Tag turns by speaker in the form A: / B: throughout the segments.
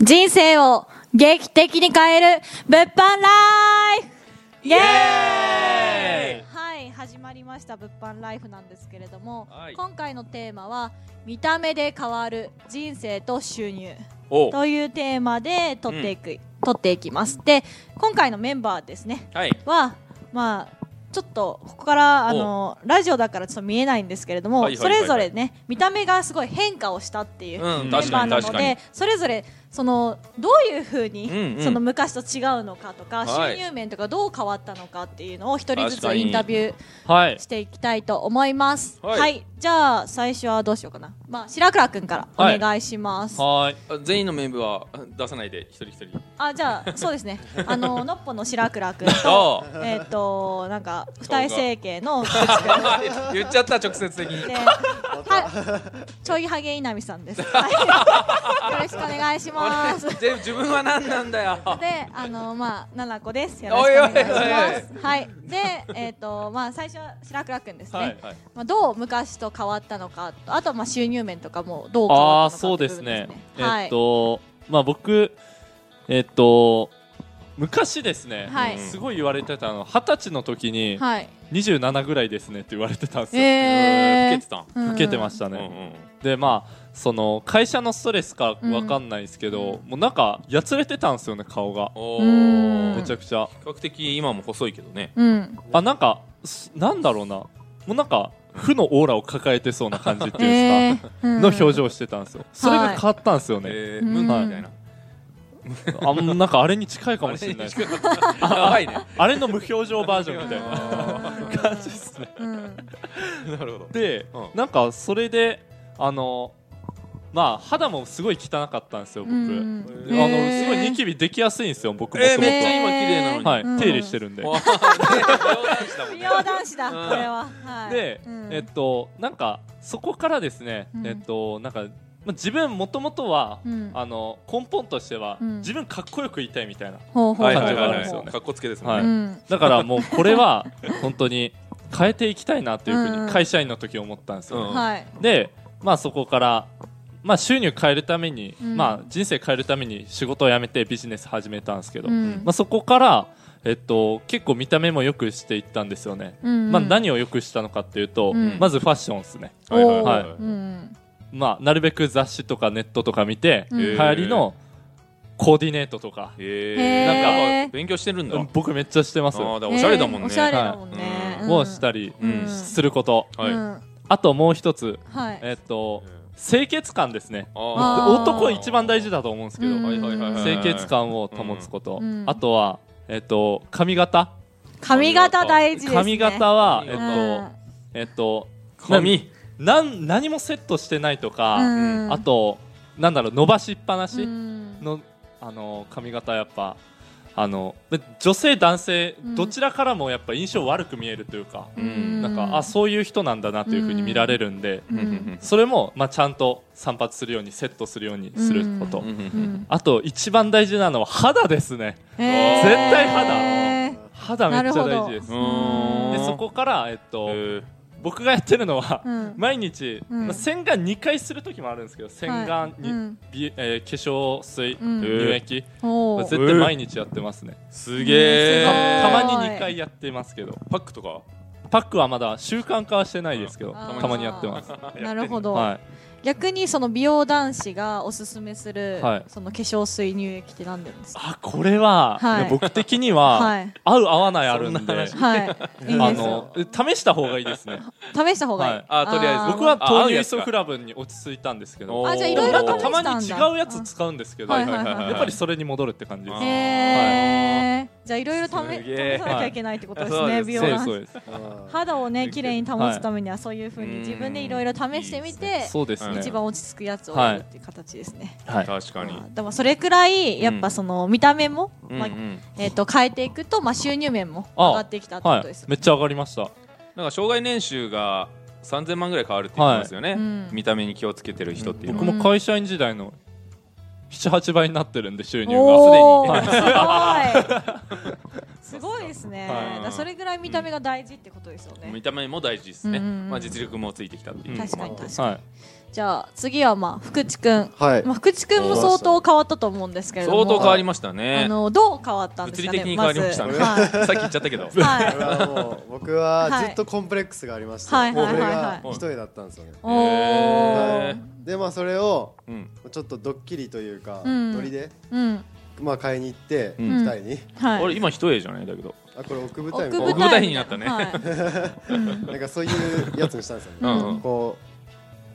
A: 人生を劇的に変える物販ライフイエーイはい始まりました物販ライフなんですけれども、
B: はい
A: 今回のテーマは見た目で変わる人生と収入
B: お
A: というテーマで撮っていく、撮っていきますで今回のメンバーですね
B: はい
A: はまあちょっとここからあ
B: お
A: のラジオだからちょっと見えないんですけれども、
B: はいはい
A: そ
B: はいは
A: れ
B: い
A: ぞれね見た目がすごい変化をしたっていう、
B: うん
A: メン
B: 確
A: バ
B: か
A: ー
B: に
A: なの
B: 確かに
A: でそれぞれそのどういうふうに、
B: うんうん
A: その昔と違うのかとか、
B: はい
A: 収入面とかどう変わったのかっていうのを一人ず
B: 確か
A: つ
B: に
A: インタビュ
C: はい
A: ー。していきたいと思いますは、
B: はいい
A: じゃあ最初はどうしようかな、まあ、白倉君からお願いします、
C: はーい。
B: あ全員のメンバーは あ出さないで一人一人
A: あじゃあそうですねあの ノッポの白倉君と
B: ど
A: えっ、となんか二重整形の福地君
B: う言っちゃった直接的に
A: で、はちょいハゲ稲見さんです。はいよろしくお願いします。で、
B: 全部自分は何なんだよ
A: あのまあ奈々子です。よろしくお願いします。はい。で、えっ、とまあ最初は白倉くんですね。
C: はい。
A: まあどう昔と変わったのか、あとまあ収入面とかもどう変
C: あ
A: わ
C: あ、
A: ったのかっ
C: そう
A: てい
C: で
A: 部
C: す
A: 分
C: ね。
A: はい
C: えっと、まあ僕、えっと、昔ですね、
A: はい
C: すごい言われてたの、二十歳の時に、
A: はい。
C: 27ぐらいですねって言われてたんですよ。
A: えー
B: うん老けてたん
A: うん
C: 受けてました
B: うんう
C: ね。
B: ん
C: で、まあ、その、会社のストレスかわかんないですけど、もうなんか、やつれてたんですよね、顔が。
B: お
A: うん
B: ー
C: めちゃくちゃ。
B: 比較的今も細いけどね
A: うん。
C: あ、なんか、すなんだろうな。もうなんか、負のオーラを抱えてそうな感じっていうんですか。
A: えーうん
C: の表情してたんですよ。それが変わったんですよね。
B: えー
A: うん
B: ムンクみたいな
C: あもうなんかあれに近いかもしれないです。
B: やばいね
C: あれの無表情バージョンみたいな感じですね。
A: うん。
B: なるほど
C: で、
B: うん
C: なんかそれであのまあ肌もすごい汚かったんですよ僕。
A: うん
C: あ
B: へ
C: の
B: ー
C: すごいニキビできやすいんですよ僕も
B: えー
C: ともと
B: めっちゃ今綺麗なのに
C: はい、
A: うん
C: 手入れしてるんで。
B: おー冗談したもん
A: 美
B: ね
A: 容男子だ、
B: うん
A: これは。はい。
C: で、
A: うん
C: えっとなんかそこからですね、
A: うん
C: えっとなんかまあ自分もともとは、
A: うん
C: あの根本としては、
A: うん
C: 自分かっこよく言いたいみたいな
A: ほうほう
B: はい
A: ほう
B: はい
C: 感じがあ
B: は
C: るん
B: い
C: ですよ
B: は
C: ね
B: いかっこつけですもんね
C: はい
A: うん。
C: だからもうこれは本当に変えていきたいなという
A: う
C: ふ
A: ん
C: う
A: うん
C: に会社員の時思ったんですよ、
B: うん
A: はい。
C: でまあそこから、まあ、収入変えるために、
A: うん
C: まあ、人生変えるために仕事を辞めてビジネス始めたんですけど、
A: うん
C: まあ、そこから、えっと、結構見た目も良くしていったんですよね、
A: うん
C: まあ、何を良くしたのかっていうと、
A: うん
C: まずファッションですね、
B: はいはいはい
C: はい
A: うん
C: まあ、なるべく雑誌とかネットとか見て、
A: うん
C: 流行りのコーディネートとか、
B: へ
A: へー
B: ーなんか勉強してるんだ
C: うん僕めっちゃして
B: あ
C: ます
B: ー
C: よ
B: だからおしゃれだもん
A: えー
B: ね
A: おしゃれだもんね
B: は
A: う
B: い。
A: ん
C: をしたり
A: うん
C: すること、
B: はい
A: うん
C: あともう一つ、
A: はい。
C: えっと
B: うん、
C: 清潔感ですね。
A: あー
C: 男一番大事だと思うんですけど、
A: うん
B: はいはいはいはい
C: 清潔感を保つこと、
A: うん
C: あとは、えっと、髪型、
A: 髪型大事ですね。
C: 髪型は、
B: 髪
C: えっと、
B: 型
C: えっと、
B: 髪
C: なん何もセットしてないとか、
A: うん
C: あとなんだろう伸ばしっぱな
A: う
C: し
A: ん
C: の、あの髪型やっぱあので女性男性
A: うん
C: どちらからもやっぱ印象悪く見えるというか、
B: うん
C: なんかあそういう人なんだなというふうに見られるんで。
A: うん
C: それも、まあ、ちゃんと散髪するようにセットするようにすること、
B: うんうんうん
A: うん
C: あと一番大事なのは肌ですね
A: えー
C: 絶対肌肌めっち
A: な
C: ゃ
A: るほ
C: 大
A: ど
C: 事です
A: うん
C: でそこから、えっと
B: へー
C: 僕がやってるのは、
A: うん
C: 毎日、
A: うん
C: まあ、洗顔2回する時もあるんですけど洗顔に、
A: うん
C: びえー化粧水、
A: うん
C: 乳液、
A: お
C: まあ
A: ー
C: 絶対毎日やってますね、
B: す
A: え
B: げ
A: ー
B: ー
C: たまに2回やってますけど
B: パックとか
C: パックはまだ習慣化はしてないですけど、
A: あー
C: たまにやってます、
A: なるほど。
C: はい、
A: 逆にその美容男子がおすすめする
C: はい
A: その化粧水乳液って何なんですか。
C: あこれは、
A: はい
C: いや僕的には、
A: はい
C: 合う合わないあるんで
B: そんな話
A: はい。いい
C: あ
A: ですよ。
C: の試した方がいいですね
A: 試した方がいい
C: はい。
B: あとりあえず
A: ー
C: 僕は
B: あ合う
C: 豆乳
B: や
C: イ
B: つか
C: ソフラボンに落ち着いたんですけど
B: おー
A: あじゃあいろいろ試
C: な
A: した
C: んか
A: んだ。
C: たまに違うやつ使うんですけど
A: は
C: や
A: いはいはいはい
C: っぱりそれに戻るって感じです
B: あー
A: へーじゃあいろいろ試
B: すげー
A: 試さなきゃいけないってことです
B: はいそう
A: ね、
B: です
A: 美容
C: そうです
A: 男子。
C: そうです
A: 肌をね、綺麗に保つためにはそういう風
B: う
A: に
B: ん
A: 自分でいろいろ試してみ
B: いい
A: て、
C: そうですね
A: 一番落ち着くやつをやるっていう形ですね。
C: はい
B: 確かに
A: あーでもそれくらいやっぱその見た目も、
B: うん
A: まあ
B: うん
A: えっと変えていくとまあ収入面も
C: あ
A: 上がってきたってこ
C: は
A: とです
C: い。めっちゃ上がりました
B: なんか障害年収が3000万ぐらい変わるって言いますよね、
A: はいうん
B: 見た目に気をつけてる人っていうの
C: 僕
B: は、
C: も会社員時代の78倍になってるんで収入 が
A: おおーすごい。すごいですね、
C: はい
A: だからそれぐらい見た目が大事ってことですよね
B: 見、た目も大事ですね、
A: うんうんうん
B: まあ、実力もついてきたっていう
A: 確かに確かに、
C: はい
A: じゃあ次はまあ福地くん、
D: はい
A: まあ、福地くんも相当変わったと思うんですけれども
B: 相当変わりました
A: あ
B: ね
A: のどう変わったんで
B: 物
A: す
B: 理
A: かね
B: 的に変わりましたね、
A: ずはい
B: さっき言っちゃったけど
A: はい
D: こ れはもう僕
A: は
D: はいずっとコンプレックスがありまして、
A: はいはいはい
D: 俺
A: はい
D: が一人だったんですよね、
A: おー
B: へー
D: でまあそれを
B: うん
D: ちょっとドッキリというか、
A: うん
D: ノリで、
A: うん
D: まあ、買いに行って、
B: う
D: 二
B: ん
D: 人に
A: はい
B: 俺今一重じゃないだけど
D: あこれ奥舞台
A: 奥
D: みたい
A: 舞台
D: な
B: 舞台になったね
A: はい
D: なんかそういうやつにしたんですよね、
B: うんうん
D: こう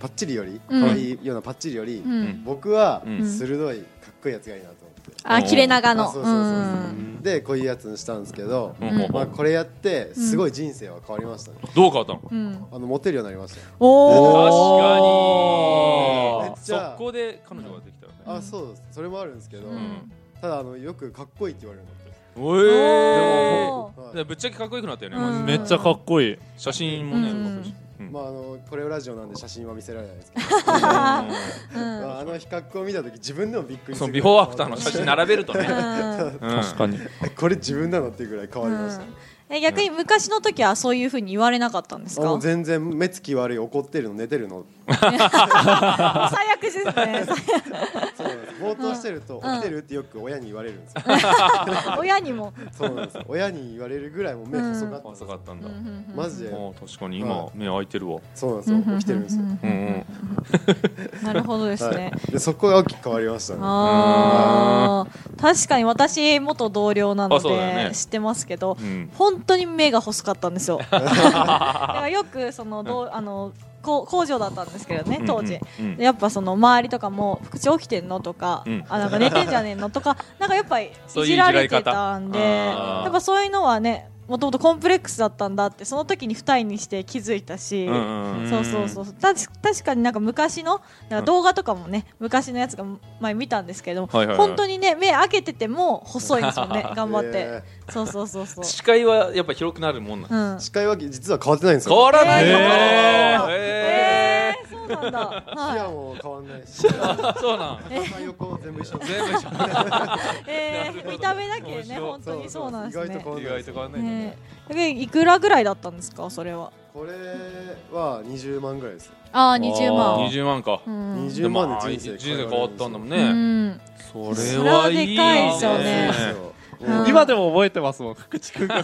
D: パッチリより
A: うん
D: 可愛いようなパッチリより、
A: うん
D: 僕は
B: うん
D: 鋭いかっこいいやつがいいなと思って、
A: あ切れ長
D: あ
A: の
D: そうそうそうそう
A: うん
D: でこういうやつにしたんですけど、
B: うん
D: まあ、これやってすごい人生は変わりましたね、
B: どう変わったの
A: うん
D: あのモテるようになりましたよ
A: お
D: め
A: ー
D: っちゃ
B: そこで彼女ができたよね
D: あそうですそれもあるんですけど、
A: うん
D: ただあのよくかっこいいって言われるのです
B: おえ
A: お
B: で
D: ー
B: もでぶっちゃけかっこよくなったよね、
A: うん
B: マジで
C: めっちゃかっこいい
B: 写真もね、
A: うん
B: うん
D: まああのこれラジオなんで写真は見せられないですけど、
A: うん
D: まあ、あの比較を見た時自分でもびっくりす
B: そ
D: る
B: のビ
D: ぐらい
B: フォーアフターの写真並べるとね、
A: うん
B: うん
C: 確かに
D: これ自分なのっていうぐらい変わりました、
A: え逆に昔の時はそういうふうに言われなかったんです
D: あの
A: か
D: 全然目つき悪い怒ってるの寝てるの
A: 最悪ですね最
D: そうなんですぼーっとしてると、起きてるってよく親に言われるんですよ、
A: 悪親にも
D: そうなんですよ親に言われるぐらいもう目細かったんです
B: 遅
D: よ、
B: かったんだ、
A: うんうんうん
D: マジ
B: あ
D: で、
B: ー確かに今、
D: は
B: 目開いてるわ
D: そうなんですよ、起きてるんですよ、
B: うんうん
A: なるほどですね
D: はい、でそこが大きく変わりましたね
A: あー確かに私元同僚なの
B: あそうだよ
A: で
B: ね
A: 知ってますけど
B: うん
A: 本当に目が細かったん ですよだからよくそのどうあのこ工場だったんですけどね当時、
B: うんうん
A: でやっぱその周りとかも「福地起きてんの?」とか、
B: うん
A: あ「なんか寝てんじゃねえの?」とかなんかやっぱい
B: そういう
A: じられてたんで
B: いじられ方あー
A: やっぱそういうのはねもともとコンプレックスだったんだってその時に二重にして気づいたし。
B: うんうんうん
A: そうそうそうたし確かになんか昔のなんか動画とかもね、昔のやつが前見たんですけども、
B: はいはいはい
A: 本当にね目開けてても細いんですよね頑張って、
D: え
A: そうそうそう そう、
B: 視界はやっぱ広くなるもんなん、
A: うん
D: ー、視界は実は変わってないんです
B: 変
D: よ
B: わらないの
A: へ
D: ー
B: え
A: えー、そうなんだ。
D: 視
A: は
D: 野も変わんないし
B: ー、そうなん
D: 肩横全部一緒
B: 全部一緒だね
A: い。えー、見た目だけでね、
B: 面白い
A: 本当にそうなんです
D: 意外
A: ね
D: と。
B: 意外と変わんないんだ
A: ね
B: ね、
A: えいくらぐらいだったんですか、それは。
D: これは20万ぐらいです、
A: ああ、二十万。
B: 20万か、
A: うん
D: 20万で
B: でも
D: 人生
B: 人生変わったんだもんね、
A: うん。
B: そ
A: れはいいよねそれはでかいですよね
D: そうなんですよ
A: うん
C: 今でも覚えてますもん福地君が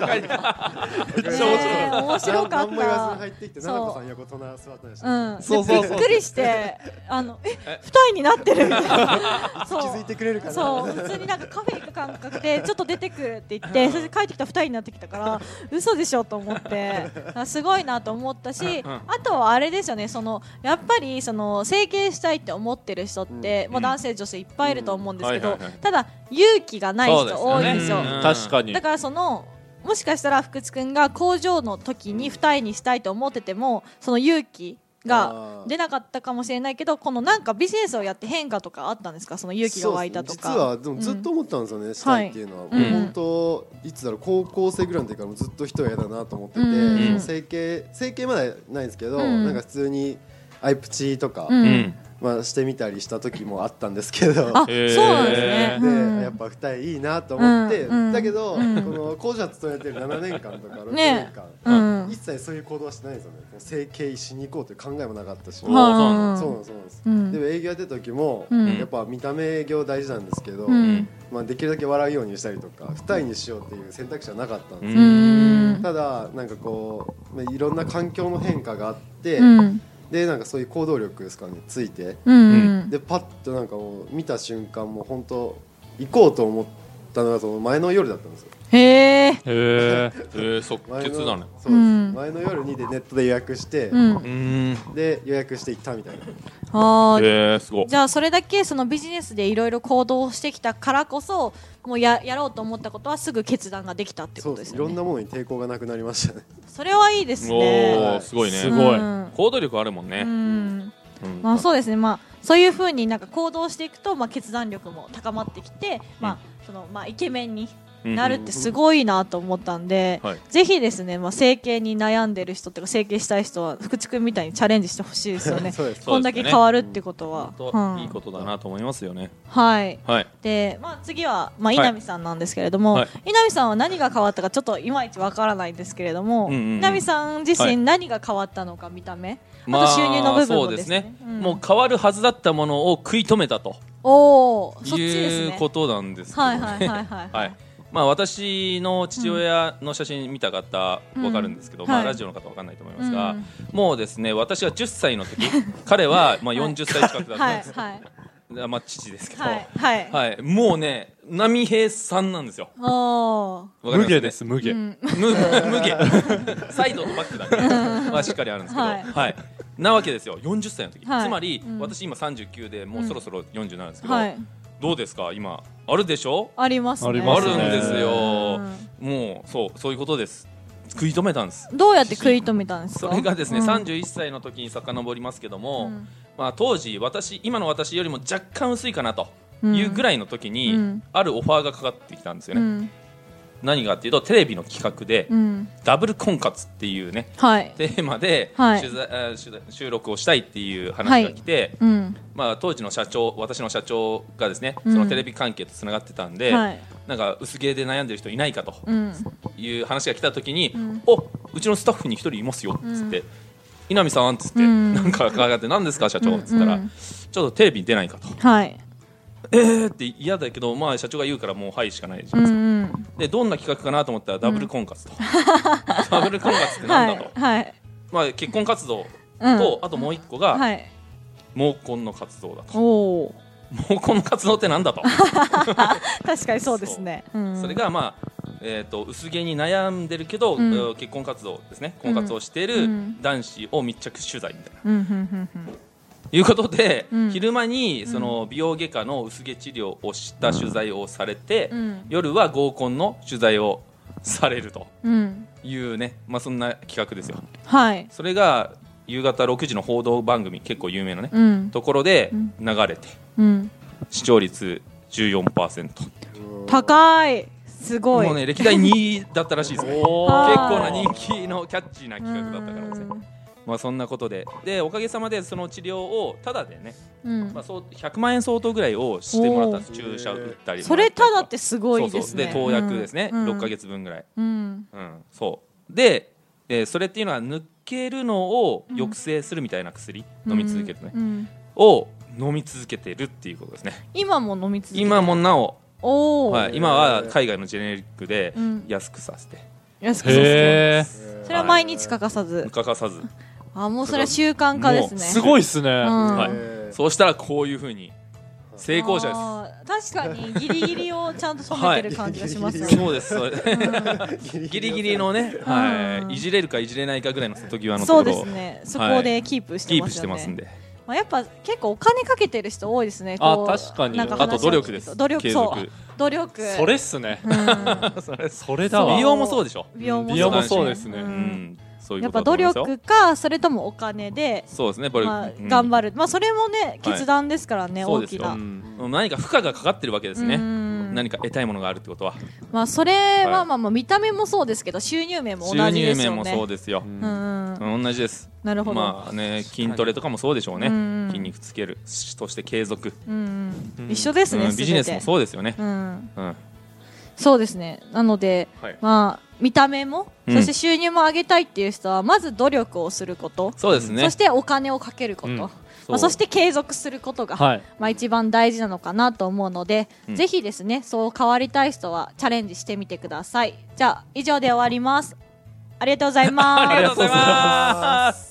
A: ね
D: そう
A: え面白か
D: 何
A: っ
D: も言わず
A: た
D: に入。ってきて
A: そう
D: 奈々子さん横隣座ったんでした、
A: うん、
C: そうそうそう
A: でびっくりして、あの、え、二重になってるみたい な。そう
D: 気づいてくれるかな
A: そう普通になんかカフェ行く感覚でちょっと出てくるって言ってそれで帰ってきた2人になってきたから嘘でしょと思 ってあすごいなと思ったしあとはあれですよねそのやっぱりその整形したいって思ってる人って、
B: ん
A: まあ、男性女性いっぱいいると思うんですけ
B: うん
A: ど
B: はいはいはい
A: ただ勇気がない人多いんですよ。
B: そうですよねうん
C: 確かに
A: だからそのもしかしたら福地君が工場の時に二重にしたいと思っててもその勇気が
D: あー
A: 出なかったかもしれないけどこのなんかビジネスをやって変化とかあったんですかその勇気が湧いたとか
D: そうですね実はでもずっと思ってたんですよね、したいっていうのは、もう本当いつだろう高校生ぐらいの時からもずっと人は嫌だなと思ってて、
A: うん
D: その整形整形まではないんですけど、
A: うん
D: なんか普通にアイプチとか、
A: うん
B: うん
D: まあ、してみたりした時もあったんですけ ど
A: あ、
C: へー
A: そうなんですね、
D: で、
A: うん
D: やっぱ二人いいなと思って、
A: うんうん
D: だけど、
A: うん
D: この校舎勤めてる7年間とか6
A: ね
D: 年間、
A: うん
D: 一切そういう行動はしてないんですよねもう整形しに行こうという考えもなかったし、
B: おーそうなん
D: そうなんですそうなんです、
A: うん
D: でも営業やってた時も、
A: うん
D: やっぱ見た目業大事なんですけど、
A: うん
D: まあ、できるだけ笑うようにしたりとか二重にしようっていう選択肢はなかったんで
A: う
D: すよ、
A: ーん
D: ただなんかこう、まあ、いろんな環境の変化があって、
A: うん
D: でなんかそういう行動力ですかねついて
A: うん
D: でパッとなんかもう見た瞬間もう本当行こうと思ったのがその前の夜だったんですよ
A: へえ
C: へえ
B: えー、即
D: 前の
B: 決だね
D: そうです、
A: うん
D: 前の夜にでネットで予約して、
A: うん
B: うん
D: で予約して行ったみたいな
A: あー
B: えー、すごい
A: じゃあそれだけそのビジネスでいろいろ行動してきたからこそもうややろうと思ったことはすぐ決断ができたって
D: そ
A: こ
D: う
A: と
D: で
A: ですす
D: いろ
A: よ
D: ん
A: ね
D: なものに抵抗がなくなりましたね
A: それはいいです
B: お
A: ね
B: ーすごいね
C: すごい
A: うん
B: 行動力あるもん
A: う
B: ね、
A: ん
B: うん
A: まあそうですね、まあ、そういうふうになんか行動していくと、まあ、決断力も高まってきて、まあそのまあ、イケメンになるってすごいなと思ったんで、
B: はい
A: ぜひですね、まあ、整形に悩んでる人とか整形したい人は福地君みたいにチャレンジしてほしいです よね
D: そうです
A: こんだけ変わるってことは
B: 本。当
A: はい
B: いことだなと思いますよね。
A: はい
B: はい。
A: で、まあ、次は、まあ、
B: はい
A: 稲見さんなんですけれども、
B: はい
A: 稲見さんは何が変わったかちょっといまいちわからないんですけれども、
B: うんうんうん
A: 稲見さん自
B: は
A: 身
B: い
A: 何が変わったのか見た目、あと収入の部分もですね,、
B: そうですねもう変わるはずだったものを食い止めたと
A: おおーそっちです
B: いう
A: ね
B: ことなんですけど
A: はい
B: ね。
A: はいはいはい、
B: はい、まあ、私の父親の写真見た方わかるんですけど、
A: うん
B: ま
A: は
B: あ、
A: い
B: ラジオの方わかんないと思いま
A: う
B: す
A: ん
B: が、
A: はい
B: もうですね私が10歳の時彼 はまあ40歳近くだったん
A: は
B: で
A: い
B: す、
A: はい
B: あまあ、父ですけど、
A: はい
B: は
A: はい
B: いもうね波平さんなんですよ。
A: おー
B: わかります
C: 無
B: ね
C: 下です無下、
A: うん
B: 無無下 サイドとバックだけはしっかりあるんですけど、
A: は
B: はいいなわけですよ40歳の時、
A: はい
B: つまり、
A: うん
B: 私今39でもうそろそろ40なんですけど、
A: はい
B: どうですか今あるでしょ
A: ありますね
C: あり
B: あ
C: ますね
B: るんですよ
A: う
B: もうそうそういうことです食い止めたんです
A: んどうやって食い止めたんですか
B: それがですね、
A: うん
B: 31歳の時に遡りますけど
A: う
B: も、
A: ん
B: まあ、当時私今の私よりも若干薄いかなと
A: うん
B: いうぐらいの時に、
A: うん
B: あるオファーがかかってきたんですよ
A: う
B: ね、
A: ん
B: 何がっていうとテレビの企画で、
A: うん
B: ダブル婚活っていうね
A: はい
B: テーマで
A: はい
B: 取材、あー取材収録をしたいっていう話が来て、
A: うん
B: まあ、当時の社長私の社長がですね、
A: うん
B: そのテレビ関係とつながってたんで、
A: はい
B: なんか薄毛で悩んでる人いないかと
A: うん
B: いう話が来た時に、
A: ん
B: おうちのスタッフに一人いますよっつって、稲見さんっつって、
A: うん
B: なんか伺って何ですか社長っつったら、
A: うんうん
B: ちょっとテレビに出ないかと
A: はい
B: えーって嫌だけど、まあ、社長が言うからもうはいしかないじゃ
A: う
B: ない
A: ん
B: です
A: う
B: か、
A: ん
B: でどんな企画かなと思ったらダブル婚活と、 ダブル婚活ってなん
A: は
B: だと、
A: いはい
B: まあ、結婚活動
A: うん
B: と、あともう一個が、
A: はい
B: 毛根の活動だと
A: おお
B: 毛根の活動ってなんだと
A: 確かにそうですねうん
B: それがまあえー、と薄毛に悩んでるけど、
A: ん
B: えー結婚活動ですね婚活をしていうる
A: ん
B: 男子を密着取材みたいな、
A: うんうんうんうん
B: いうことで、
A: うん
B: 昼間にその美容外科の薄毛治療をした取材をされて、
A: うん
B: 夜は合コンの取材をされると
A: うん
B: いうね、まあ、そんな企画ですよ
A: はい
B: それが夕方6時の報道番組結構有名なね、
A: うん
B: ところで
A: うん
B: 流れて
A: うん
B: 視聴率14%
A: 高いすごい
B: もうね歴代2位だったらしいですね結構
A: ー
B: な人気のキャッチーな企画だったからですねまあそんなことででおかげさまでその治療をただでね、
A: うんうん
B: まあ、そう100万円相当ぐらいをしてもらったんです
D: おー
B: 注射打ったりも
A: そ
B: ら
A: れ
B: た
A: た
B: りとか
A: だってすごいですね
B: そうそうで投薬ですね、
A: うん
B: 6ヶ月分ぐらい、
A: うん
B: うん、そうで、えーそれっていうのは抜けるのを抑制するみたいな薬、飲み続けるね、
A: うん
B: を飲み続けてるっていうことですね
A: 今も飲み続けて
B: 今もなお、
A: おお、
B: はい、今は海外のジェネリックで
A: うん
B: 安くさせて
A: 安くさせ
C: へえ
A: それは毎日欠かさず
B: 欠かさず
A: あもうそれは習慣化ですね
B: もう
C: すごいっすね、
A: うん
B: はいそうしたらこういうふうに成功者です
A: あー確かにギリギリをちゃんと染めてる感じがしますよね、
B: そうですそうです
D: す
B: ギリギリのね、は
A: うん
B: い、いじれるかいじれないかぐらいの瀬戸際の
A: そう
B: とこ
A: で
B: ろを
A: すねそこでキープして
B: キー
A: ま
B: プ
A: す
B: し
A: よ
B: て
A: ね、
B: ますんで、
A: まあ、やっぱ結構お金かけてる人多いですね
C: あ
A: こう
C: 確かに
A: なん話を
B: あと努力です
A: 聞くと努力
B: 継
A: そ
B: 続
A: う努力
C: それっすね
A: うん
B: それ
C: それだ
A: そう
C: わ
B: 美容もそうでしょ、
A: 美容も
C: 美容もそうですね
B: う
A: うん
B: ん、そういう
A: やっ
B: こ
A: ぱ
B: とだと
A: 努
B: 思いますよ
A: 力かそれともお金で、
B: そうですねやっぱり、
A: まあ、頑張
B: る、
A: る、まあ、それもね決断ですからね、
B: そう
A: 大
B: です
A: き
B: よ
A: な
C: う。ん
B: うん何か負荷がかかってるわけですね、
A: うん
B: 何か得たいものがあるってことは
A: まあそれは
B: は
A: いまあまあ見た目もそうですけど収入面も
B: 収
A: 同じで
B: 入
A: す
B: 面
A: よ
B: も
A: ね。
B: そうですよ、
A: うんうん
B: 同じです
A: なるほど。
B: まあね筋トレとかもそうでしょうね、
A: うん
B: 筋肉つけるそして継続、
A: うんう、
C: うんん
A: 一緒ですね、
B: うんビジネスも
A: う、
B: そうですよね、
A: うん、
B: うん
A: そうですねなので、
B: はい
A: まあ見た目も
B: うん
A: そして収入も上げたいっていう人はまず努力をすること、
B: そうですね
A: そしてお金をかけること、
C: うん
A: ま
B: そ
A: あ、
B: う
A: そして継続することが、
C: はい
A: まあ、一番大事なのかなと思うので、
B: うん
A: ぜひですねそう変わりたい人はチャレンジしてみてくださいじゃあ以上で終わりますありがとうございます
B: ありがとうございます